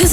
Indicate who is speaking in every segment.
Speaker 1: this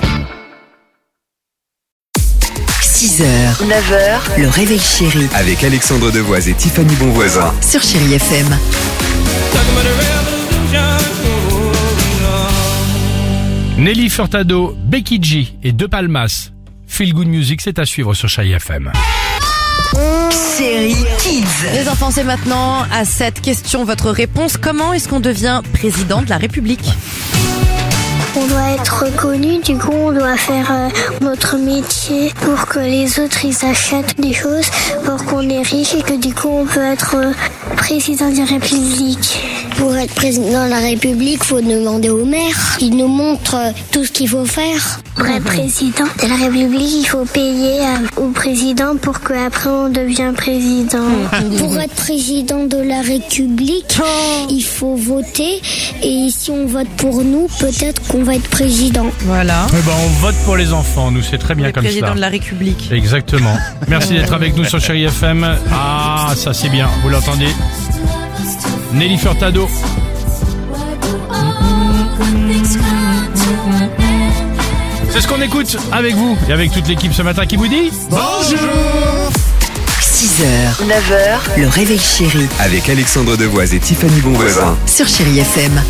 Speaker 2: 6h, 9h, le réveil chéri
Speaker 3: avec Alexandre Devoise et Tiffany Bonvoisin.
Speaker 2: sur Chérie FM.
Speaker 4: Nelly Furtado, Becky G et De Palmas. Feel Good Music, c'est à suivre sur Chai FM.
Speaker 2: Série Kids.
Speaker 5: Les enfants, c'est maintenant à cette question votre réponse. Comment est-ce qu'on devient président de la République
Speaker 6: On doit être reconnu, du coup on doit faire euh, notre métier pour que les autres ils achètent des choses, pour qu'on est riche et que du coup on peut être euh, président de la République. Pour être président de la République, faut demander au maire qui nous montre euh, tout ce qu'il faut faire. Pour être président de la République, il faut payer euh, au président pour qu'après on devienne président. pour être président de la République, il faut voter et si on vote pour nous, peut-être qu'on va être président.
Speaker 5: Voilà.
Speaker 4: Eh ben, on vote pour les enfants, nous, c'est très bien
Speaker 5: Le
Speaker 4: comme
Speaker 5: président
Speaker 4: ça.
Speaker 5: de la République.
Speaker 4: Exactement. Merci d'être avec nous sur Chérie FM. Ah, ça c'est bien, vous l'entendez. Nelly Furtado, c'est ce qu'on écoute avec vous et avec toute l'équipe ce matin qui vous dit
Speaker 2: 6h, 9h, le réveil chéri
Speaker 3: Avec Alexandre Devoise et Tiffany Bonvoisin.
Speaker 2: sur Chérie FM.